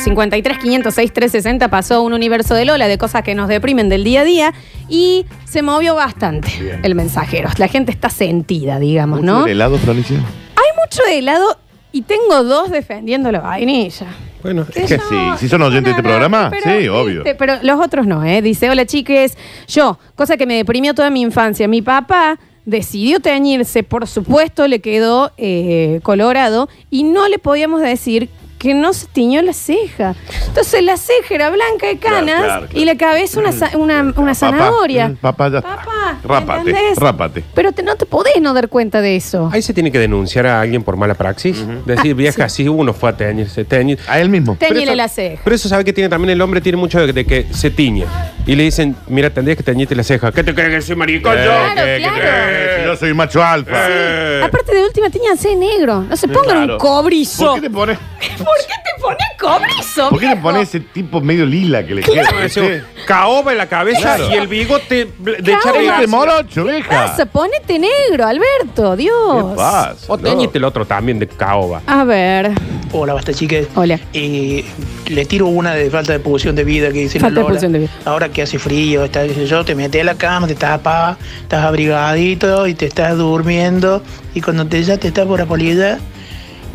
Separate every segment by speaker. Speaker 1: 153, 506, 360 pasó a un universo de Lola de cosas que nos deprimen del día a día y se movió bastante
Speaker 2: Bien.
Speaker 1: el mensajero. La gente está sentida, digamos,
Speaker 2: ¿Mucho
Speaker 1: ¿no?
Speaker 2: del helado, Florencia?
Speaker 1: Hay mucho de helado y tengo dos defendiendo la vainilla.
Speaker 3: Bueno,
Speaker 2: que
Speaker 1: yo-
Speaker 2: sí, si son oyentes de este
Speaker 1: no, no,
Speaker 2: programa,
Speaker 1: pero,
Speaker 2: sí,
Speaker 1: este,
Speaker 2: obvio.
Speaker 1: pero los otros no, ¿eh? Dice, hola chiques, yo, cosa que me deprimió toda mi infancia, mi papá decidió teñirse, por supuesto le quedó eh, colorado y no le podíamos decir que no se tiñó la ceja. Entonces la ceja era blanca de
Speaker 2: Claro,
Speaker 1: canas
Speaker 2: claro, claro.
Speaker 1: y la cabeza una, sa- una, una
Speaker 2: Papá,
Speaker 1: zanahoria.
Speaker 2: mm, Papá, ya.
Speaker 1: Papá,
Speaker 2: Rápate,
Speaker 1: ¿entendés?
Speaker 2: rápate.
Speaker 1: Pero te- no te podés no dar cuenta de eso.
Speaker 3: ahí se tiene que denunciar a alguien por mala praxis. Decir, vieja, Ah, sí. uno fue a teñirse, teñir.
Speaker 2: A él mismo.
Speaker 1: Teñile
Speaker 3: Pero eso-
Speaker 1: la ceja.
Speaker 3: Pero eso sabe que tiene también el hombre, tiene mucho de, de que se tiñe. Y le dicen, mira, tendrías que teñirte la ceja. ¿Qué te crees que soy maricón yo?
Speaker 1: Claro, claro.
Speaker 2: Eh, si yo soy macho alfa.
Speaker 3: Eh.
Speaker 1: Aparte de última, teñanse de negro. No se pongan
Speaker 2: Claro.
Speaker 1: un cobrizo.
Speaker 2: ¿Por qué te pones,
Speaker 1: ¿Por qué te pones cobrizo?
Speaker 2: por qué te
Speaker 1: viejo?
Speaker 2: pones ese tipo medio lila que le queda?
Speaker 3: Eso,
Speaker 2: ¿viste?
Speaker 3: Caoba en la cabeza
Speaker 2: Claro.
Speaker 3: y el bigote bl- de
Speaker 1: Caoba.
Speaker 3: Charlie
Speaker 2: Ponete
Speaker 3: García.
Speaker 2: morocho, vieja.
Speaker 1: Pasa, ponete negro, Alberto, Dios.
Speaker 2: ¿Qué pasa?
Speaker 3: O teñite el otro también de caoba.
Speaker 1: A ver.
Speaker 4: Hola, basta chiques.
Speaker 1: Hola.
Speaker 4: Eh, le tiro una de falta de pulsión de vida que dice la
Speaker 1: Falta de
Speaker 4: Lola.
Speaker 1: pulsión de vida.
Speaker 4: Ahora que hace frío, está, qué sé yo, te metes a la cama, te tapas, estás abrigadito y te estás durmiendo. Y cuando te, ya te estás por la polilla,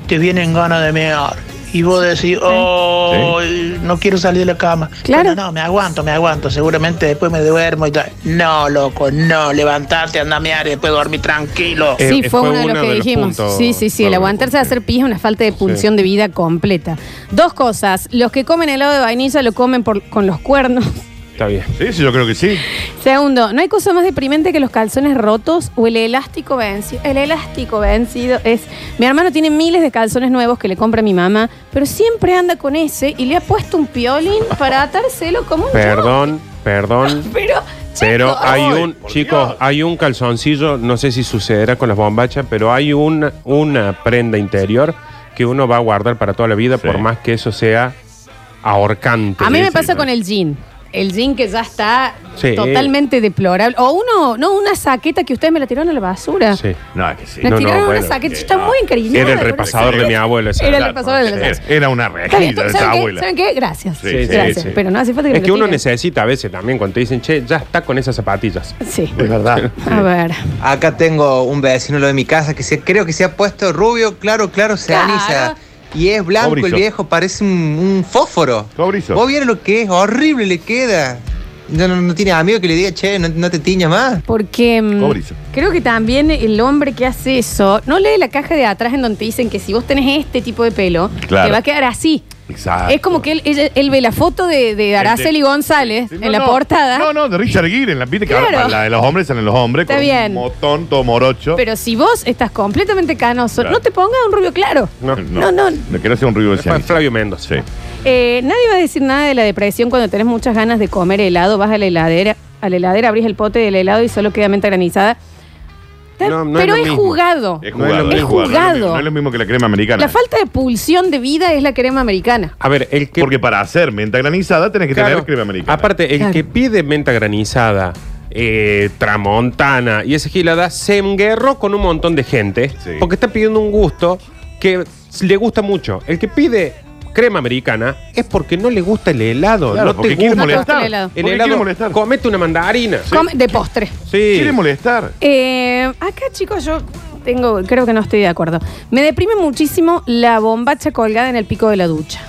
Speaker 4: te vienen ganas de mear. Y vos decís, oh, no quiero salir de la cama.
Speaker 1: Claro.
Speaker 4: Bueno, no, me aguanto, me aguanto. Seguramente después me duermo y tal. No, loco, no. Levantate, anda a mear y después dormir tranquilo.
Speaker 3: Eh,
Speaker 1: sí,
Speaker 3: eh,
Speaker 1: fue,
Speaker 3: fue
Speaker 1: uno de
Speaker 3: uno
Speaker 1: los que
Speaker 3: de los
Speaker 1: dijimos.
Speaker 3: puntos,
Speaker 1: sí, sí, sí. El
Speaker 3: Pablo.
Speaker 1: aguantarse de hacer pis es una falta de punción de vida completa. Dos cosas. Los que comen helado de vainilla lo comen por- con los cuernos.
Speaker 3: Está bien.
Speaker 2: Sí, sí, yo creo que sí.
Speaker 1: Segundo, no hay cosa más deprimente que los calzones rotos o el elástico vencido. El elástico vencido es. Mi hermano tiene miles de calzones nuevos que le compra mi mamá, pero siempre anda con ese y le ha puesto un piolín para atárselo como un
Speaker 3: Perdón, perdón.
Speaker 1: Pero,
Speaker 3: Pero hay un,
Speaker 2: por
Speaker 3: chicos,
Speaker 2: Dios.
Speaker 3: hay un calzoncillo, no sé si sucederá con las bombachas, pero hay un- una prenda interior que uno va a guardar para toda la vida,
Speaker 2: Sí.
Speaker 3: por más que eso sea ahorcante.
Speaker 1: A mí
Speaker 2: Sí,
Speaker 1: me
Speaker 2: sí,
Speaker 1: pasa
Speaker 2: ¿no?
Speaker 1: con el jean. El jean que ya está
Speaker 3: Sí.
Speaker 1: totalmente deplorable. O uno, no, una saqueta que ustedes me la tiraron a la basura.
Speaker 3: Sí.
Speaker 2: No, es que sí.
Speaker 1: Me
Speaker 3: No, no,
Speaker 1: tiraron una
Speaker 3: bueno,
Speaker 1: saqueta,
Speaker 2: que
Speaker 1: está
Speaker 2: no.
Speaker 1: muy encariñada.
Speaker 3: Era el
Speaker 1: con una
Speaker 3: repasador de
Speaker 1: saqueta.
Speaker 3: mi abuela. esa.
Speaker 1: Era el repasador de la
Speaker 2: Era,
Speaker 1: saqueta.
Speaker 2: era una
Speaker 1: Está bien,
Speaker 2: rejilla de
Speaker 1: ¿saben
Speaker 2: esa
Speaker 1: qué?
Speaker 2: abuela.
Speaker 1: ¿Saben qué? Gracias.
Speaker 2: Sí, sí,
Speaker 1: Gracias.
Speaker 2: sí.
Speaker 1: Pero no hace falta que
Speaker 3: Es
Speaker 1: me
Speaker 3: que
Speaker 1: lo
Speaker 3: uno
Speaker 1: digan.
Speaker 3: necesita a veces también cuando te dicen, che, ya está con esas zapatillas.
Speaker 1: Sí.
Speaker 2: Es verdad.
Speaker 1: A ver.
Speaker 5: Acá tengo un vecino lo de mi casa que se, creo que se ha puesto rubio, claro, claro, se
Speaker 1: Claro.
Speaker 5: anilla. Y es blanco el
Speaker 2: Cobrizo.
Speaker 5: viejo, parece un, un fósforo.
Speaker 2: Cobrizo.
Speaker 5: Vos vieron lo que es, horrible le queda. No, no, no tiene amigo que le diga, che, no, no te tiñas más.
Speaker 1: Porque mm,
Speaker 2: Cobrizo.
Speaker 1: creo que también el hombre que hace eso no lee la caja de atrás en donde te dicen que si vos tenés este tipo de pelo,
Speaker 2: Claro. Ah,
Speaker 1: te va a quedar así.
Speaker 2: Exacto. Este-
Speaker 1: Es como que él, ella- él ve la foto de, de Araceli González
Speaker 2: Sí, no,
Speaker 1: en la
Speaker 2: no.
Speaker 1: portada.
Speaker 2: No, no, de Richard Gere en la viste que
Speaker 1: Claro.
Speaker 2: ahora la de los hombres en los hombres
Speaker 1: Está
Speaker 2: con
Speaker 1: bien.
Speaker 2: un motón todo morocho.
Speaker 1: Pero si vos estás completamente canoso,
Speaker 2: Claro.
Speaker 1: no te pongas un rubio claro.
Speaker 3: No.
Speaker 1: No, no.
Speaker 2: No quiero hacer un ruido de
Speaker 3: Fue
Speaker 2: ceniza.
Speaker 3: Flavio Mendoza.
Speaker 2: Sí.
Speaker 1: Eh, nadie va a decir nada de la depresión cuando tenés muchas ganas de comer helado, vas a la heladera, a la heladera abrís el pote del helado y solo queda menta granizada. Está-
Speaker 3: No, no es
Speaker 1: Pero
Speaker 3: lo
Speaker 1: he
Speaker 3: mismo.
Speaker 1: jugado.
Speaker 2: Es
Speaker 3: No es
Speaker 2: jugado.
Speaker 3: lo mismo.
Speaker 2: jugado. No es lo
Speaker 1: Jugado.
Speaker 2: mismo- No es lo mismo que la crema americana.
Speaker 1: La falta de pulsión de vida es la crema americana.
Speaker 3: A ver, el que.
Speaker 2: Porque para hacer menta granizada tenés que
Speaker 3: Claro.
Speaker 2: tener crema americana.
Speaker 3: Aparte, el
Speaker 1: Claro.
Speaker 3: que pide menta granizada, eh, tramontana y esa gilada se enguerró con un montón de gente
Speaker 2: Sí.
Speaker 3: porque está pidiendo un gusto que le gusta mucho. El que pide crema americana es porque no le gusta el helado.
Speaker 2: Claro,
Speaker 3: no te
Speaker 2: porque quiere
Speaker 3: gusta
Speaker 2: molestar.
Speaker 1: el helado.
Speaker 2: Porque
Speaker 3: el
Speaker 2: quiere
Speaker 3: helado.
Speaker 2: molestar.
Speaker 3: Comete una mandarina.
Speaker 1: Come- de postre.
Speaker 3: Sí.
Speaker 2: Quiere molestar.
Speaker 1: Eh, acá, chicos, yo tengo, creo que no estoy de acuerdo. Me deprime muchísimo la bombacha colgada en el pico de la ducha.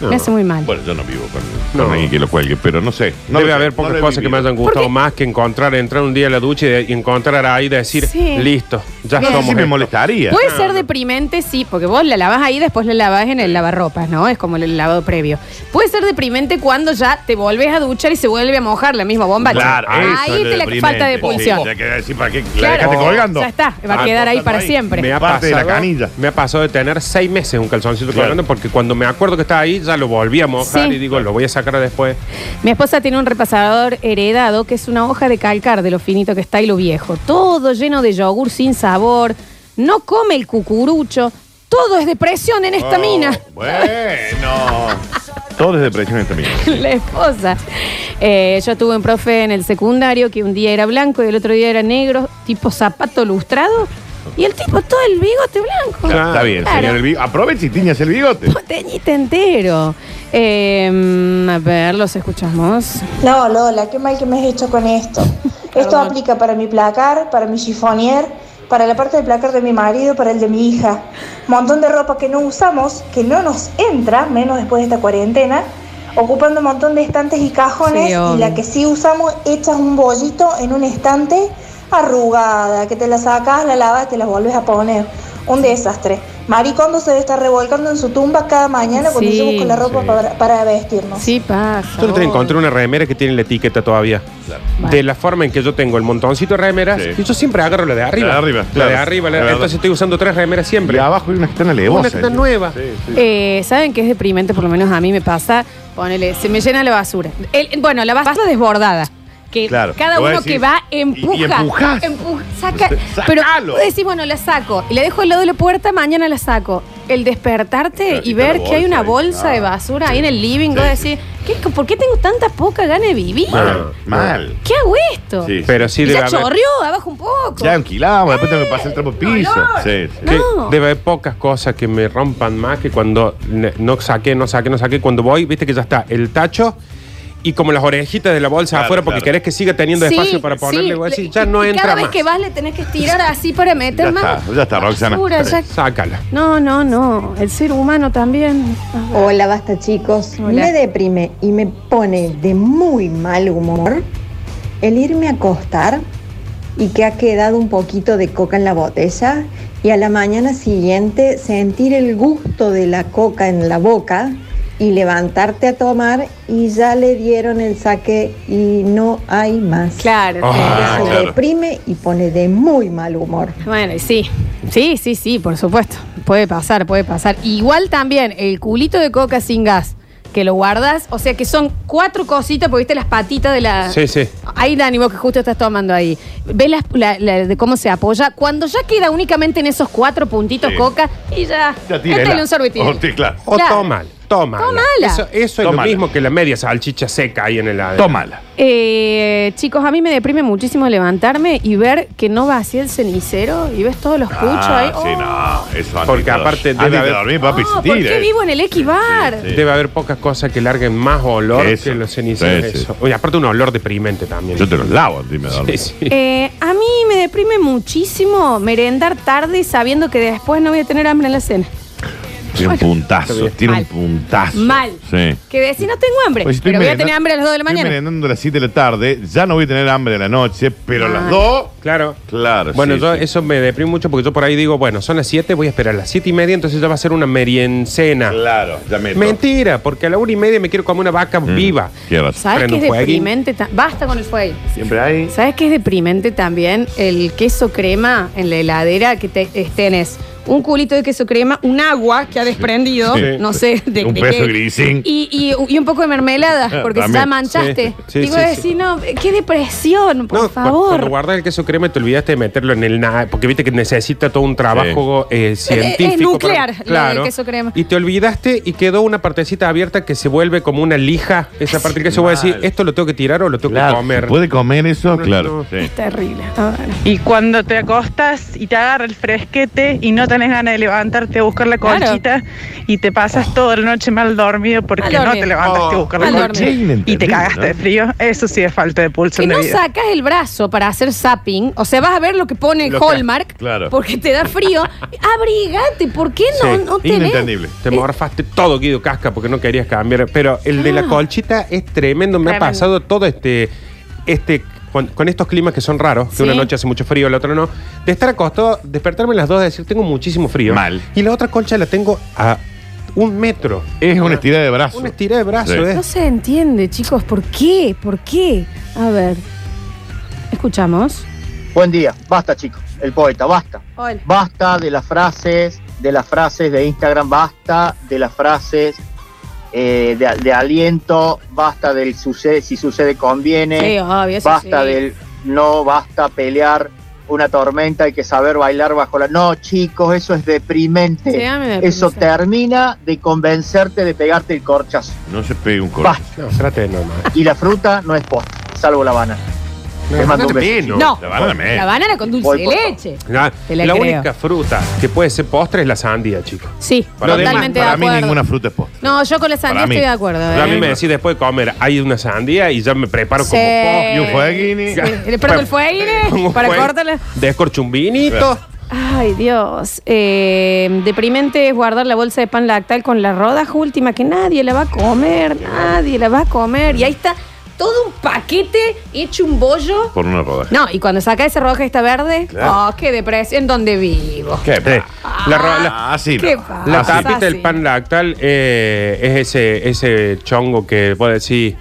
Speaker 1: Me hace muy mal.
Speaker 2: Bueno, yo no vivo con,
Speaker 3: No.
Speaker 2: con alguien que lo cuelgue, pero no sé. No lo
Speaker 3: Debe
Speaker 2: sé,
Speaker 3: haber
Speaker 2: no
Speaker 3: pocas
Speaker 2: lo he
Speaker 3: cosas que me
Speaker 2: vivido.
Speaker 3: hayan
Speaker 1: ¿Por
Speaker 3: gustado
Speaker 1: qué?
Speaker 3: más que encontrar, entrar un día a la ducha y, y encontrar ahí y decir,
Speaker 1: Sí.
Speaker 3: listo, ya
Speaker 2: No sé
Speaker 3: somos.
Speaker 2: si me
Speaker 3: esto.
Speaker 2: molestaría.
Speaker 1: Puede ser deprimente, sí, porque vos la lavas ahí, después la lavas en el lavarropas, ¿no? Es como el lavado previo. Puede ser deprimente cuando ya te volvés a duchar y se vuelve a mojar la misma bombacha.
Speaker 2: Claro, eso
Speaker 1: ahí
Speaker 2: es lo
Speaker 1: te la
Speaker 2: deprimente.
Speaker 1: falta de pulsión.
Speaker 2: Sí, ya que decir, ¿para qué? ¿La
Speaker 1: Claro.
Speaker 2: dejaste colgando?
Speaker 1: Ya está, va a
Speaker 2: Ah,
Speaker 1: quedar ahí para
Speaker 2: ahí.
Speaker 1: siempre.
Speaker 3: Me ha
Speaker 2: Parte de
Speaker 3: pasado,
Speaker 2: la canilla.
Speaker 3: Me ha pasado de tener seis meses un calzoncito
Speaker 2: Claro.
Speaker 3: colgando porque cuando me acuerdo que estaba ahí ya lo volví a mojar
Speaker 1: Sí.
Speaker 3: y digo, lo voy a sacar después.
Speaker 1: Mi esposa tiene un repasador heredado que es una hoja de calcar de lo finito que está y lo viejo. Todo lleno de yogur sin sabor. No come el cucurucho. Todo es depresión en esta
Speaker 2: Oh,
Speaker 1: mina.
Speaker 2: Bueno. Todo es depresión en esta mina.
Speaker 1: La esposa. Eh, yo tuve un profe en el secundario que un día era blanco y el otro día era negro, tipo zapato lustrado. Y el tipo todo el bigote blanco.
Speaker 2: Ah, Está bien,
Speaker 1: Claro.
Speaker 2: señor el bigote. Aprovecha y tiñas el bigote.
Speaker 1: Teñite entero. Eh, a ver, los escuchamos.
Speaker 6: No, Lola, qué mal que me has hecho con esto. esto
Speaker 1: Perdón.
Speaker 6: aplica para mi placar, para mi chiffonier, para la parte del placar de mi marido, para el de mi hija. Montón de ropa que no usamos, que no nos entra, menos después de esta cuarentena, ocupando un montón de estantes y cajones
Speaker 1: Sí,
Speaker 6: y
Speaker 1: obvio.
Speaker 6: la que sí usamos echas un bollito en un estante arrugada, que te la sacas, la lavas, te la volves a poner. Un desastre. Maricondo se debe estar revolcando en su tumba cada mañana cuando
Speaker 1: Sí,
Speaker 6: yo busco la ropa
Speaker 3: sí.
Speaker 6: para, para vestirnos.
Speaker 1: Sí, pasa.
Speaker 3: Yo no te encontré una remera que tiene la etiqueta todavía. De la forma en que yo tengo el montoncito de remeras,
Speaker 2: Sí.
Speaker 3: y yo siempre agarro la de arriba.
Speaker 2: La de arriba,
Speaker 3: La de
Speaker 2: claro.
Speaker 3: arriba. la-
Speaker 2: La verdad.
Speaker 3: entonces estoy usando tres remeras siempre.
Speaker 2: Y abajo hay una que está en la
Speaker 3: Una que está nueva.
Speaker 2: Sí, sí.
Speaker 1: Eh, Saben que es deprimente, por lo menos a mí me pasa. Ponele, se me llena la basura. El- bueno, la basura desbordada. Que
Speaker 2: Claro,
Speaker 1: cada
Speaker 2: lo voy a
Speaker 1: uno
Speaker 2: decir.
Speaker 1: que va
Speaker 2: Y- y
Speaker 1: empuja.
Speaker 2: empujás.
Speaker 1: empu- saca,
Speaker 2: Sacalo.
Speaker 1: pero vos decís, bueno, la saco. Y la dejo al lado de la puerta, mañana la saco. El despertarte
Speaker 2: Claro,
Speaker 1: y
Speaker 2: y está
Speaker 1: ver
Speaker 2: la
Speaker 1: que hay una
Speaker 2: bolsa
Speaker 1: bolsa
Speaker 2: ahí.
Speaker 1: de
Speaker 2: Ah,
Speaker 1: basura
Speaker 2: sí.
Speaker 1: ahí en el living,
Speaker 2: Sí,
Speaker 1: vos
Speaker 2: sí.
Speaker 1: decís, ¿qué, ¿por qué tengo tanta poca gana de vivir?
Speaker 2: Mal, mal.
Speaker 1: ¿Qué hago esto?
Speaker 2: Sí.
Speaker 3: Pero sí
Speaker 1: Y
Speaker 3: debe
Speaker 1: ya
Speaker 3: haber.
Speaker 1: chorrió abajo un poco.
Speaker 2: Ya alquilamos, después tengo que pasar el trapo piso.
Speaker 1: dolor.
Speaker 2: Sí, sí.
Speaker 1: No.
Speaker 3: que Debe haber pocas cosas que me rompan más que cuando ne- no saqué, no saqué, no saqué. Cuando voy, viste que ya está el tacho y como las orejitas de la bolsa
Speaker 2: Claro,
Speaker 3: afuera porque
Speaker 2: claro.
Speaker 3: querés que siga teniendo
Speaker 1: Sí,
Speaker 3: espacio para
Speaker 1: sí,
Speaker 3: ponerle. voy a decir,
Speaker 1: le-
Speaker 3: ya
Speaker 1: y-
Speaker 3: no
Speaker 1: y
Speaker 3: entra
Speaker 1: Cada vez
Speaker 3: más.
Speaker 1: que vas le tenés que estirar así para meter
Speaker 2: Ya
Speaker 1: más.
Speaker 2: está, ya está, Roxana.
Speaker 1: basura, ya-
Speaker 3: Sácala.
Speaker 1: No, no, no. El ser humano también.
Speaker 7: Hola, basta chicos.
Speaker 1: Hola.
Speaker 7: Me deprime y me pone de muy mal humor el irme a acostar y que ha quedado un poquito de coca en la botella y a la mañana siguiente sentir el gusto de la coca en la boca y levantarte a tomar y ya le dieron el saque y no hay más.
Speaker 1: Claro.
Speaker 3: Ah,
Speaker 7: Eso
Speaker 1: claro.
Speaker 2: claro.
Speaker 7: deprime y pone de muy mal humor.
Speaker 1: Bueno, y sí. Sí, sí, sí, por supuesto. Puede pasar, puede pasar. Igual también el culito de coca sin gas, que lo guardas. O sea que son cuatro cositas, porque viste las patitas de la.
Speaker 3: Sí, sí.
Speaker 1: Ahí, Dani, vos que justo estás tomando ahí. ¿Ves las- la- la- de cómo se apoya? Cuando ya queda únicamente en esos cuatro puntitos
Speaker 2: Sí.
Speaker 1: coca y ya.
Speaker 2: Ya tírela.
Speaker 1: Métele Este un sorbitito.
Speaker 2: Oh, sí, claro.
Speaker 3: O
Speaker 1: Claro.
Speaker 3: tómala. Tómala.
Speaker 1: Tómala.
Speaker 3: Eso, eso es lo
Speaker 2: Tómala.
Speaker 3: mismo que la media salchicha seca ahí en el lado.
Speaker 2: Tómala.
Speaker 1: Eh, chicos, a mí me deprime muchísimo levantarme y ver que no vacía el cenicero y ves todos los cuchos ahí.
Speaker 2: Ah, sí,
Speaker 1: Oh,
Speaker 2: no, eso
Speaker 3: Porque
Speaker 2: antes de
Speaker 3: aparte debe
Speaker 2: todo. Antes de
Speaker 3: haber-
Speaker 2: dormir, papi,
Speaker 1: no,
Speaker 2: se
Speaker 1: ¿Por
Speaker 2: tira.
Speaker 1: qué vivo en el X-Bar?
Speaker 2: Sí.
Speaker 3: Debe haber pocas cosas que larguen más olor
Speaker 2: Eso.
Speaker 3: que los ceniceros.
Speaker 2: Sí, sí.
Speaker 3: Eso. Oye, aparte un olor deprimente también.
Speaker 2: Yo te los lavo antes de irme a dormir.
Speaker 3: Sí, sí.
Speaker 1: Eh, a mí me deprime muchísimo merendar tarde sabiendo que después no voy a tener hambre en la cena.
Speaker 2: Tiene un puntazo, tiene
Speaker 1: Mal.
Speaker 2: un puntazo.
Speaker 1: Mal.
Speaker 2: Sí.
Speaker 1: Que decir no tengo hambre,
Speaker 2: Oye, si estoy
Speaker 1: pero voy a
Speaker 2: merendando-
Speaker 1: tener hambre a las 2 de la
Speaker 2: Estoy
Speaker 1: mañana.
Speaker 2: merendando a las 7 de la tarde, ya no voy a tener hambre a la noche, pero a las
Speaker 1: Mal.
Speaker 2: 2,
Speaker 3: Claro.
Speaker 2: claro.
Speaker 3: Bueno,
Speaker 2: sí,
Speaker 3: yo
Speaker 2: sí.
Speaker 3: eso me deprime mucho porque yo por ahí digo, bueno, son las 7, voy a esperar a las 7 y media, entonces ya va a ser una meriencena.
Speaker 2: Claro, ya me.
Speaker 3: Mentira, porque a la una y media me quiero comer una vaca
Speaker 2: Mm,
Speaker 3: viva.
Speaker 2: Qué razón.
Speaker 1: ¿Sabes
Speaker 3: Prendo
Speaker 1: qué es
Speaker 3: un fueguín.
Speaker 1: deprimente? ta- Basta con el fuego.
Speaker 2: Siempre hay.
Speaker 1: ¿Sabes qué es deprimente también? El queso crema en la heladera que te eh, tenés. Un culito de queso crema, un agua que ha desprendido,
Speaker 2: Sí.
Speaker 1: no sé, de,
Speaker 2: Un
Speaker 1: de
Speaker 2: peso
Speaker 1: qué.
Speaker 2: grisín.
Speaker 1: Y, y- y un poco de mermelada, porque
Speaker 2: También.
Speaker 1: ya manchaste.
Speaker 3: Sí, sí,
Speaker 1: Digo,
Speaker 3: sí,
Speaker 1: eh,
Speaker 3: sí.
Speaker 1: sí, no, eh, qué depresión, por
Speaker 3: No, cu-
Speaker 1: favor.
Speaker 3: Cuando guardas el queso crema te olvidaste de meterlo en el nada, porque viste que necesita todo un trabajo eh, científico.
Speaker 1: es nuclear,
Speaker 3: para-
Speaker 1: lo del queso crema.
Speaker 3: Y te olvidaste y quedó una partecita abierta que se vuelve como una lija. Esa parte del queso voy a decir,
Speaker 2: Mal.
Speaker 3: esto lo tengo que tirar o lo tengo que
Speaker 2: Claro.
Speaker 3: comer.
Speaker 2: ¿Puede comer eso?
Speaker 3: No,
Speaker 2: claro.
Speaker 3: no.
Speaker 2: sí.
Speaker 1: Es terrible. A ver.
Speaker 8: Y cuando te acostas y te agarra el fresquete y no tenés ganas de levantarte a buscar la
Speaker 1: Claro.
Speaker 8: colchita y te pasas toda la noche mal dormido porque
Speaker 1: Mal
Speaker 8: no te
Speaker 1: dormido.
Speaker 8: levantaste a
Speaker 2: Oh,
Speaker 8: buscar la
Speaker 1: mal
Speaker 8: colchita
Speaker 2: dormido.
Speaker 8: y te cagaste
Speaker 2: ¿no?
Speaker 8: de frío, eso sí es falta de pulso
Speaker 1: Que
Speaker 8: en la
Speaker 1: no
Speaker 8: vida.
Speaker 1: sacas el brazo para hacer zapping, o sea, vas a ver lo que pone
Speaker 3: Lo que-
Speaker 1: Hallmark,
Speaker 2: claro.
Speaker 1: porque te da frío. Abrigate, ¿por qué no,
Speaker 3: Sí,
Speaker 1: no tenés?
Speaker 2: Inentendible.
Speaker 1: Eh,
Speaker 3: Te morfaste todo, Guido Casca, porque no querías cambiar. Pero el de la colchita es tremendo. Me
Speaker 1: Ah. Tremendo.
Speaker 3: ha pasado todo este. este con, con estos climas que son raros, que
Speaker 1: Sí.
Speaker 3: una noche hace mucho frío, la otra no. De estar acostado, despertarme a las dos, de decir, tengo muchísimo frío.
Speaker 2: Mal.
Speaker 3: Y la otra colcha la tengo a un metro.
Speaker 2: Es una estirada de brazo.
Speaker 3: Una estirada de brazo,
Speaker 2: Sí.
Speaker 3: ¿eh?
Speaker 1: No se entiende, chicos. ¿Por qué? ¿Por qué? A ver. Escuchamos.
Speaker 9: Buen día, basta chicos, el poeta, basta.
Speaker 1: Hola.
Speaker 9: Basta de las frases, de las frases de Instagram, basta de las frases eh, de, de aliento, basta del sucede, si sucede
Speaker 1: Sí,
Speaker 9: conviene,
Speaker 1: obvio, eso
Speaker 9: basta
Speaker 1: sí.
Speaker 9: del no basta pelear una tormenta, hay que saber bailar bajo la... No chicos, eso es deprimente.
Speaker 1: Sí, a mí me deprime
Speaker 9: eso
Speaker 1: eso.
Speaker 9: termina de convencerte de pegarte el corchazo.
Speaker 2: No se pegue un corte.
Speaker 9: Basta.
Speaker 3: No, trate de no, no.
Speaker 9: Y la fruta no es posta, salvo la banana. Les mando un beso.
Speaker 2: menos.
Speaker 1: No,
Speaker 2: La banana menos.
Speaker 1: la banana con dulce
Speaker 9: Voy
Speaker 1: de
Speaker 9: por-
Speaker 1: leche.
Speaker 3: La,
Speaker 1: Te la
Speaker 3: la
Speaker 1: creo.
Speaker 3: única fruta que puede ser postre es la sandía, chicos.
Speaker 1: Sí,
Speaker 2: Para, mí,
Speaker 1: totalmente
Speaker 2: para
Speaker 1: de
Speaker 2: mí
Speaker 1: acuerdo.
Speaker 2: ninguna fruta es postre.
Speaker 1: No, yo con la sandía
Speaker 2: Para mí.
Speaker 1: estoy de acuerdo.
Speaker 3: Yo a mí
Speaker 1: ¿eh?
Speaker 3: me decís después de comer, hay una sandía y ya me preparo
Speaker 1: Sí.
Speaker 3: como postre.
Speaker 2: Y un fueguini.
Speaker 1: Sí. Le prendo el fueguine para cortarla.
Speaker 3: eh, Descorchumbinito.
Speaker 1: Ay, Dios. Eh, deprimente es guardar la bolsa de pan lactal con la rodaja última que nadie la va a comer. Nadie la va a comer. Y ahí está todo un paquete hecho un bollo.
Speaker 2: Por una rodaja.
Speaker 1: No, y cuando saca ese rodaja está verde.
Speaker 2: Claro.
Speaker 1: Oh, qué depresión. ¿Dónde vivo?
Speaker 2: ¿Qué?
Speaker 3: La, ro- la-
Speaker 2: Ah, sí.
Speaker 1: ¿Qué
Speaker 2: no.
Speaker 1: pasa?
Speaker 3: la
Speaker 1: Ah, sí.
Speaker 3: tapita del
Speaker 1: Sí.
Speaker 3: pan lactal eh, es ese, ese chongo que vos decís,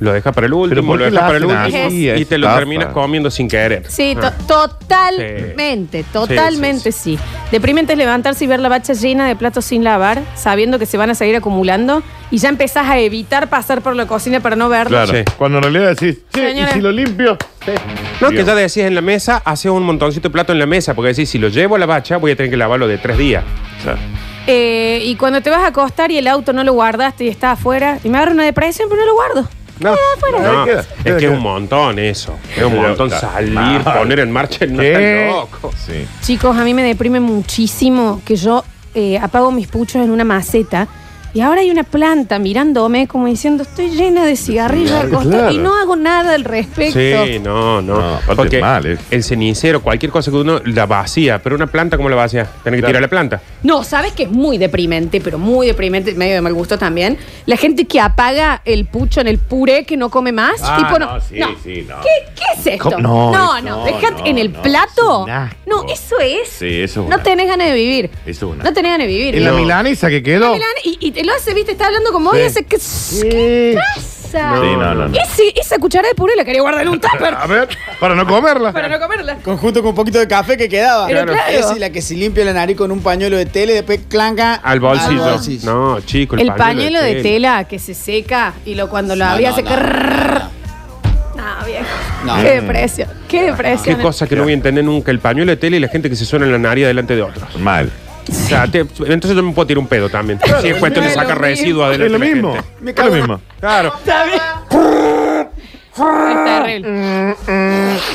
Speaker 3: lo dejas para el último,
Speaker 2: ¿por
Speaker 3: lo
Speaker 2: qué
Speaker 3: dejas
Speaker 2: la
Speaker 3: para el
Speaker 2: hacen
Speaker 3: último
Speaker 2: así,
Speaker 3: y
Speaker 2: esa
Speaker 3: te lo
Speaker 2: tapa?
Speaker 3: terminas comiendo sin querer.
Speaker 1: Sí, to-
Speaker 3: Ah.
Speaker 1: totalmente,
Speaker 3: Sí.
Speaker 1: totalmente sí, Deprimente es levantarse y ver la bacha llena de platos sin lavar, sabiendo que se van a seguir acumulando, y ya empezás a evitar pasar por la cocina para no verlo.
Speaker 2: Claro.
Speaker 3: Sí.
Speaker 2: Cuando en realidad decís, che,
Speaker 1: Señora.
Speaker 2: ¿y si lo limpio? Sí.
Speaker 3: No,
Speaker 2: Bien.
Speaker 3: que ya decís en la mesa, haces un montoncito de plato en la mesa, porque decís, si lo llevo a la bacha, voy a tener que lavarlo de tres días.
Speaker 2: Claro.
Speaker 1: Eh, y cuando te vas a acostar y el auto no lo guardaste y está afuera, y me agarra una depresión, pero no lo guardo.
Speaker 3: No, no,
Speaker 2: Ahí queda,
Speaker 3: es
Speaker 2: ahí
Speaker 3: que es
Speaker 2: queda.
Speaker 3: un montón eso. Es un
Speaker 2: Pero
Speaker 3: montón
Speaker 2: está
Speaker 3: salir,
Speaker 2: mal.
Speaker 3: poner en marcha, no
Speaker 2: ¿Qué?
Speaker 3: está loco.
Speaker 2: Sí.
Speaker 1: Chicos, a mí me deprime muchísimo que yo eh, apago mis puchos en una maceta y ahora hay una planta mirándome como diciendo estoy llena de cigarrillos al costado",
Speaker 2: Claro.
Speaker 1: y no hago nada al respecto.
Speaker 3: Sí, no, no.
Speaker 2: No, aparte
Speaker 3: Porque
Speaker 2: es mal, eh.
Speaker 3: el cenicero, cualquier cosa que uno la vacía, pero una planta, ¿cómo la vacía? Tenés que
Speaker 2: Claro.
Speaker 3: tirar la planta.
Speaker 1: No, sabes que es muy deprimente, pero muy deprimente, medio de mal gusto también. La gente que apaga el pucho en el puré que no come más,
Speaker 2: Ah,
Speaker 1: tipo no.
Speaker 2: no, sí, sí, no.
Speaker 1: ¿Qué, qué es esto?
Speaker 2: ¿Cómo? No,
Speaker 1: no,
Speaker 2: no,
Speaker 1: no, dejad
Speaker 2: no,
Speaker 1: en el
Speaker 2: no,
Speaker 1: plato.
Speaker 2: es un asco.
Speaker 1: No, eso es.
Speaker 2: Sí, eso es un
Speaker 1: No
Speaker 2: asco.
Speaker 1: tenés ganas de vivir.
Speaker 2: Eso es un asco.
Speaker 1: No tenés ganas de vivir.
Speaker 2: ¿Y la
Speaker 1: No.
Speaker 2: milanesa que
Speaker 1: La
Speaker 2: quedó?
Speaker 1: Milana- y, y te lo hace, viste, está hablando con vos y
Speaker 2: Sí.
Speaker 1: hace que.
Speaker 2: Sí.
Speaker 1: pasa?
Speaker 2: Sí, no, no, no.
Speaker 1: Ese- esa cuchara de puré la quería guardar en un tupper
Speaker 2: A ver, para no comerla.
Speaker 1: para no comerla.
Speaker 10: Conjunto con un poquito de café que quedaba.
Speaker 1: Pero Claro. claro.
Speaker 10: Es decir, la que se limpia la nariz con un pañuelo de tele, después clanca
Speaker 3: Al bolsillo.
Speaker 10: al bolsillo.
Speaker 3: No, chico,
Speaker 1: El, pañuelo de, tela que se seca y lo cuando lo
Speaker 10: No,
Speaker 1: abría
Speaker 10: no,
Speaker 1: se.
Speaker 10: no,
Speaker 1: crrrr. No, viejo.
Speaker 10: No.
Speaker 1: Qué depresión. Qué
Speaker 3: Qué
Speaker 1: depresión.
Speaker 3: cosa que no voy a entender nunca, el pañuelo de tela y la gente que se suena en la nariz delante de otros.
Speaker 2: Mal.
Speaker 3: O sea, te- entonces yo me puedo tirar un pedo también. si es cuestión de
Speaker 1: es lo
Speaker 3: sacar
Speaker 1: mismo.
Speaker 3: residuos
Speaker 2: Es lo
Speaker 3: adelante. de la
Speaker 2: mismo.
Speaker 3: gente.
Speaker 2: Es lo mismo.
Speaker 3: Claro.
Speaker 1: Es terrible.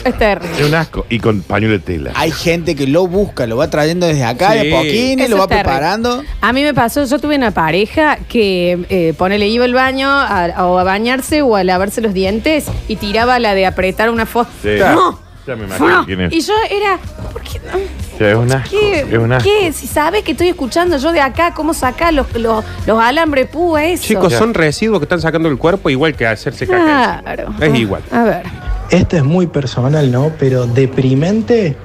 Speaker 1: Es terrible.
Speaker 2: Es un asco. Y con pañuelo de tela.
Speaker 10: Hay gente que lo busca, lo va trayendo desde acá,
Speaker 3: Sí.
Speaker 10: de poquines,
Speaker 1: Eso
Speaker 10: lo va
Speaker 1: es terrible.
Speaker 10: preparando.
Speaker 1: A mí me pasó, yo tuve una pareja que eh, ponele iba al baño a, o a bañarse o a lavarse los dientes y tiraba la de apretar una foto.
Speaker 2: Sí.
Speaker 1: No.
Speaker 2: Ya me imagino
Speaker 1: No.
Speaker 2: quién es.
Speaker 1: Y yo era, ¿por qué? no?
Speaker 2: Sí, es un asco.
Speaker 1: ¿Qué?
Speaker 2: Es un asco.
Speaker 1: ¿Qué? Si sabes que estoy escuchando yo de acá, ¿cómo sacar los, los, los alambres púa eso?
Speaker 3: Chicos, son residuos que están sacando del cuerpo igual que hacerse caca.
Speaker 1: Claro.
Speaker 3: Es igual.
Speaker 1: A ver.
Speaker 4: Esto es muy personal, ¿no? Pero deprimente,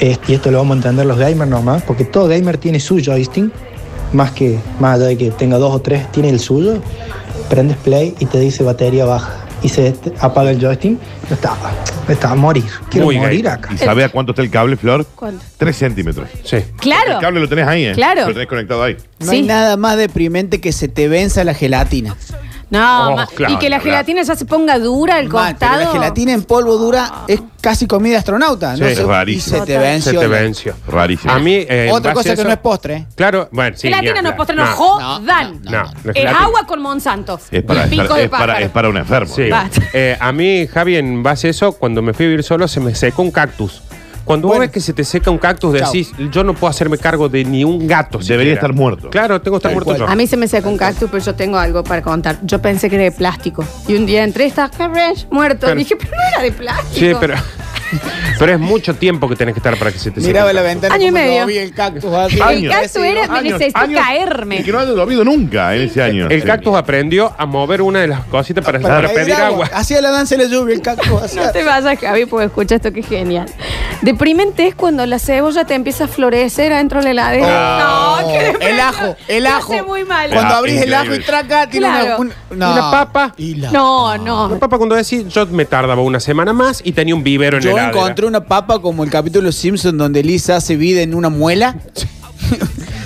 Speaker 4: es- y esto lo vamos a entender los gamers nomás, porque todo gamer tiene su joystick, más que más allá de que tenga dos o tres, tiene el suyo. Prendes play y te dice batería baja. Y se te- apaga el joystick, no está, está a morir. Quiero
Speaker 3: Muy gay.
Speaker 4: morir acá.
Speaker 2: ¿Y sabe a cuánto está el cable, Flor?
Speaker 1: ¿Cuánto?
Speaker 2: Tres centímetros.
Speaker 3: Sí.
Speaker 2: El
Speaker 1: Claro.
Speaker 2: cable lo tenés ahí, ¿eh?
Speaker 1: Claro.
Speaker 2: Lo tenés conectado ahí.
Speaker 10: No hay
Speaker 1: Sí.
Speaker 10: nada más deprimente que se te venza la gelatina.
Speaker 1: No,
Speaker 3: Oh,
Speaker 1: ma-
Speaker 3: claro,
Speaker 1: y que la
Speaker 3: ni hablar.
Speaker 1: gelatina ya se ponga dura al
Speaker 10: Mal, pero
Speaker 1: costado.
Speaker 10: la gelatina en polvo dura es casi comida astronauta. Ah, ¿no?
Speaker 3: Sí, es
Speaker 2: rarísimo.
Speaker 10: Y se te venció.
Speaker 3: Se te
Speaker 10: la-
Speaker 3: venció.
Speaker 2: Rarísimo.
Speaker 3: A mí. eh, en base
Speaker 10: Otra
Speaker 3: a
Speaker 10: cosa que
Speaker 3: eso-
Speaker 10: no es postre.
Speaker 3: Claro, bueno, sí.
Speaker 1: gelatina
Speaker 3: ni
Speaker 1: no es
Speaker 3: hablar.
Speaker 1: postre, no,
Speaker 3: No.
Speaker 1: jodan.
Speaker 3: No, no, la
Speaker 1: es
Speaker 3: gelatina.
Speaker 1: agua con Monsanto.
Speaker 2: Es para,
Speaker 1: Y pico
Speaker 2: estar-
Speaker 1: de
Speaker 2: es para,
Speaker 1: pájaro.
Speaker 2: es para un enfermo.
Speaker 3: Sí.
Speaker 1: Basta.
Speaker 3: Eh, a mí, Javi, en base a eso, cuando me fui a vivir solo, se me secó un cactus. Cuando vos
Speaker 10: Bueno.
Speaker 3: ves que se te seca un cactus, decís, yo no puedo hacerme cargo de ni un gato.
Speaker 2: Debería estar muerto.
Speaker 3: Claro, tengo que estar
Speaker 10: Tal
Speaker 3: muerto
Speaker 10: cual.
Speaker 3: yo.
Speaker 1: A mí se me sacó un cactus, pero yo tengo algo para contar. Yo pensé que era de plástico. Y un día entré, estaba Carrange muerto.
Speaker 3: Pero-
Speaker 1: Dije, pero no era de plástico.
Speaker 3: Sí, pero, pero es mucho tiempo que tenés que estar para que se te seque.
Speaker 10: Miraba
Speaker 3: un
Speaker 10: la
Speaker 3: cactus.
Speaker 10: ventana
Speaker 1: Año y
Speaker 10: como
Speaker 1: medio.
Speaker 10: yo vi el cactus así.
Speaker 1: El
Speaker 2: Años.
Speaker 1: cactus era, me
Speaker 2: Años,
Speaker 1: necesito
Speaker 2: años,
Speaker 1: caerme.
Speaker 2: Y que no haya llovido nunca en ese año.
Speaker 3: El
Speaker 2: Sí.
Speaker 3: cactus aprendió a mover una de las cositas para, para
Speaker 10: caer
Speaker 3: pedir agua.
Speaker 10: Hacía la danza de la lluvia el cactus. hacía-
Speaker 1: No te vayas, Javi, porque escucha esto que es genial. Deprimente es cuando la cebolla te empieza a florecer adentro de la heladera.
Speaker 10: Oh.
Speaker 1: no, qué depresión.
Speaker 10: El ajo, el
Speaker 1: Te
Speaker 10: ajo.
Speaker 1: hace muy mal.
Speaker 10: Cuando
Speaker 2: Ah,
Speaker 10: abrís el ajo y
Speaker 2: increíble.
Speaker 10: traca, tiene
Speaker 1: Claro.
Speaker 10: una, un- no.
Speaker 3: Y la papa.
Speaker 10: Y la-
Speaker 1: No, no.
Speaker 3: Papá, cuando decís, yo me tardaba una semana más y tenía un vivero en
Speaker 10: Yo
Speaker 3: el heladera.
Speaker 10: encontré una papa como el capítulo Simpson donde Lisa hace vida en una muela.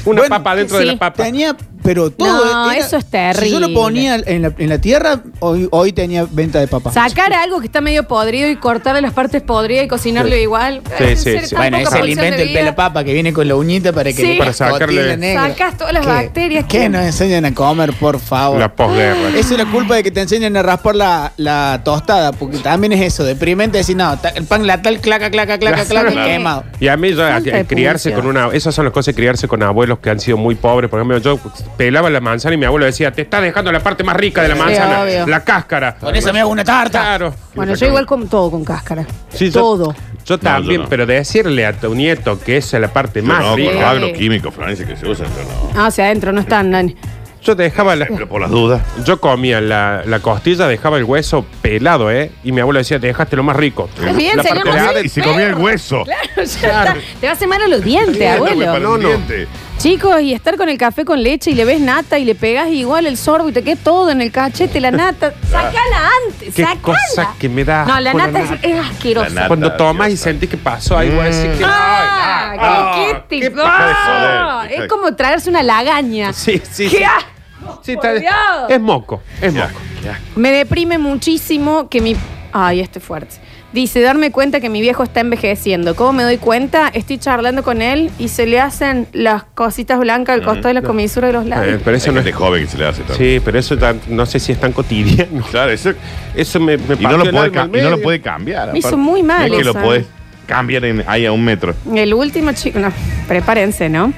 Speaker 3: Una
Speaker 10: Bueno,
Speaker 3: papa dentro
Speaker 1: sí.
Speaker 3: de la papa.
Speaker 10: Tenía Pero todo.
Speaker 1: No, eso es
Speaker 10: Si yo
Speaker 1: terrible.
Speaker 10: lo ponía en la, en la tierra, hoy, hoy tenía venta de papas.
Speaker 1: Sacar algo que está medio podrido y cortarle las partes podridas y cocinarlo
Speaker 3: Sí.
Speaker 1: igual.
Speaker 3: Sí,
Speaker 1: Eh,
Speaker 3: sí,
Speaker 1: ser
Speaker 3: sí.
Speaker 1: tan
Speaker 10: Bueno,
Speaker 1: poca
Speaker 10: es el
Speaker 1: producción
Speaker 10: invento
Speaker 1: de
Speaker 10: del
Speaker 1: vida.
Speaker 10: pelapapa que viene con la uñita para que
Speaker 1: Sí.
Speaker 10: le
Speaker 1: Para
Speaker 3: sacarle-
Speaker 10: cotille negro.
Speaker 1: Sacas todas las
Speaker 10: ¿Qué?
Speaker 1: bacterias
Speaker 10: ¿Qué
Speaker 1: que-
Speaker 10: nos enseñan a comer, por favor?
Speaker 3: La posguerra.
Speaker 10: Esa es la culpa de que te enseñen a raspar la, la tostada, porque también es eso, deprimente decir, no, ta- el pan la tal, claca, claca, claca, claro,
Speaker 3: Claro.
Speaker 10: claca, quemado.
Speaker 3: Y a mí, yo,
Speaker 1: Falta de
Speaker 3: eh, criarse
Speaker 1: pulsión.
Speaker 3: con una. Esas son las cosas de criarse con abuelos que han sido muy pobres. Por ejemplo, yo pelaba la manzana y mi abuelo decía: Te está dejando la parte más rica de la
Speaker 1: Sí,
Speaker 3: manzana,
Speaker 1: obvio.
Speaker 3: la cáscara.
Speaker 10: Con eso me hago una tarta.
Speaker 3: Claro.
Speaker 1: Bueno, yo igual como todo con cáscara.
Speaker 3: Sí, yo-
Speaker 1: todo.
Speaker 3: Yo también,
Speaker 2: yo no.
Speaker 3: pero decirle a tu nieto que esa es la parte
Speaker 2: Yo
Speaker 3: más
Speaker 2: no, con
Speaker 3: rica.
Speaker 2: los agroquímicos, Florencia, que se usan, yo no.
Speaker 1: Ah, hacia adentro no están, Nani.
Speaker 3: Yo dejaba la,
Speaker 2: Pero por las dudas.
Speaker 3: Yo comía la, la costilla, dejaba el hueso pelado, ¿eh? Y mi abuelo decía, dejaste lo más rico.
Speaker 1: Es bien,
Speaker 3: la
Speaker 1: señor
Speaker 3: parte de
Speaker 1: Mosel.
Speaker 3: adentro-
Speaker 2: Y se comía el hueso.
Speaker 1: Claro, ya está. Te va a hacer mal a los dientes, abuelo.
Speaker 2: Para los dientes.
Speaker 1: Chicos, y estar con el café con leche y le ves nata y le pegas igual el sorbo y te queda todo en el cachete, la nata. Sacala antes,
Speaker 3: Qué
Speaker 1: sacala.
Speaker 3: cosa que me da
Speaker 1: No, la
Speaker 3: asco, la
Speaker 1: nata es,
Speaker 3: nata.
Speaker 1: es asquerosa.
Speaker 2: La nata.
Speaker 3: Cuando tomas y
Speaker 2: Dios,
Speaker 3: sentís que pasó algo así que...
Speaker 1: ¡Ah!
Speaker 3: Ay, ay, ay.
Speaker 1: ¡Qué
Speaker 2: qué
Speaker 1: quítico!
Speaker 2: paja de joder,
Speaker 1: Es
Speaker 2: Isaac.
Speaker 1: como traerse una lagaña.
Speaker 3: Sí, sí. sí.
Speaker 1: ¡Qué asco!
Speaker 3: Sí,
Speaker 1: por
Speaker 3: está-
Speaker 1: Dios!
Speaker 3: es moco, es
Speaker 2: Ya,
Speaker 3: moco.
Speaker 2: ya.
Speaker 1: Me deprime muchísimo que mi... Ay, este fuerte. Dice, darme cuenta que mi viejo está envejeciendo. ¿Cómo me doy cuenta? Estoy charlando con él y se le hacen las cositas blancas al costado de las comisuras de los labios.
Speaker 3: Eh, pero eso
Speaker 2: Hay
Speaker 3: no
Speaker 2: gente
Speaker 3: es...
Speaker 2: joven que se le hace también.
Speaker 3: Sí, pero eso tan- no sé si es tan cotidiano.
Speaker 2: Claro, eso.
Speaker 3: Eso me, me
Speaker 2: Y no,
Speaker 3: partió
Speaker 2: lo
Speaker 3: el
Speaker 2: puede,
Speaker 3: alma
Speaker 2: ca-
Speaker 3: al
Speaker 2: y no lo
Speaker 3: medio.
Speaker 2: puede cambiar.
Speaker 1: Me hizo
Speaker 2: aparte.
Speaker 1: muy mal
Speaker 2: No Es que
Speaker 1: esa.
Speaker 2: lo puedes cambiar en, ahí a un metro.
Speaker 1: El último chico... No, prepárense, ¿no?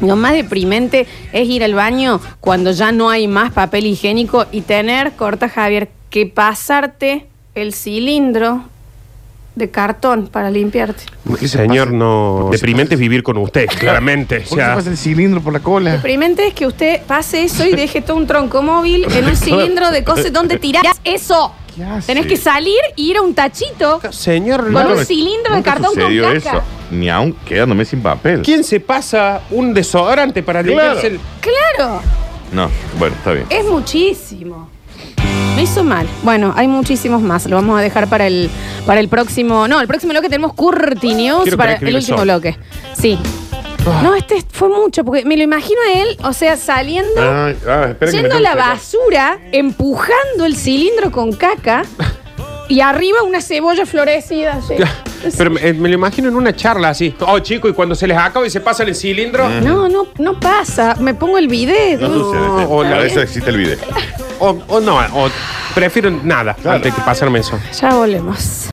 Speaker 1: Lo más deprimente es ir al baño cuando ya no hay más papel higiénico y tener, corta Javier, que pasarte el cilindro de cartón para limpiarte.
Speaker 3: Señor, no... Deprimente es vivir con usted, claramente. O
Speaker 2: ¿Por qué se
Speaker 3: sea,
Speaker 2: pasa el cilindro por la cola?
Speaker 1: Deprimente es que usted pase eso y deje todo un tronco móvil en un cilindro de cosas donde tirás eso.
Speaker 2: ¿Qué hace?
Speaker 1: Tenés que salir y ir a un tachito.
Speaker 3: señor,
Speaker 1: Con
Speaker 2: Nunca
Speaker 1: un
Speaker 2: me-
Speaker 1: cilindro de
Speaker 2: nunca
Speaker 1: cartón con
Speaker 2: sucedió
Speaker 1: caca.
Speaker 2: eso. Ni aún quedándome sin papel.
Speaker 3: ¿Quién se pasa un desodorante para
Speaker 2: Claro.
Speaker 3: limpiarse el-
Speaker 1: Claro,
Speaker 2: No, bueno, está bien.
Speaker 1: es muchísimo. Me hizo mal. Bueno, hay muchísimos más. Lo vamos a dejar para el, para el próximo. No, el próximo bloque tenemos Curti News
Speaker 3: Quiero
Speaker 1: para
Speaker 3: creer que
Speaker 1: el
Speaker 3: viene
Speaker 1: último
Speaker 3: solo.
Speaker 1: bloque. Sí.
Speaker 2: Ah.
Speaker 1: No, este fue mucho, porque me lo imagino a él, o sea, saliendo.
Speaker 2: Ay, ah, espera que me
Speaker 1: Yendo a
Speaker 2: tengo
Speaker 1: la
Speaker 2: que sacar.
Speaker 1: basura, empujando el cilindro con caca y arriba una cebolla florecida. así.
Speaker 3: Pero me, eh, me lo imagino en una charla así. Oh, chico, y cuando se les acaba y se pasan el cilindro.
Speaker 2: Ah.
Speaker 1: No, no, no pasa. Me pongo el bidet.
Speaker 2: No
Speaker 1: ¿no?
Speaker 2: sucede.
Speaker 3: o la-
Speaker 2: a veces existe el video.
Speaker 3: O, o no, o prefiero nada antes que pasarme eso.
Speaker 1: Ya volvemos.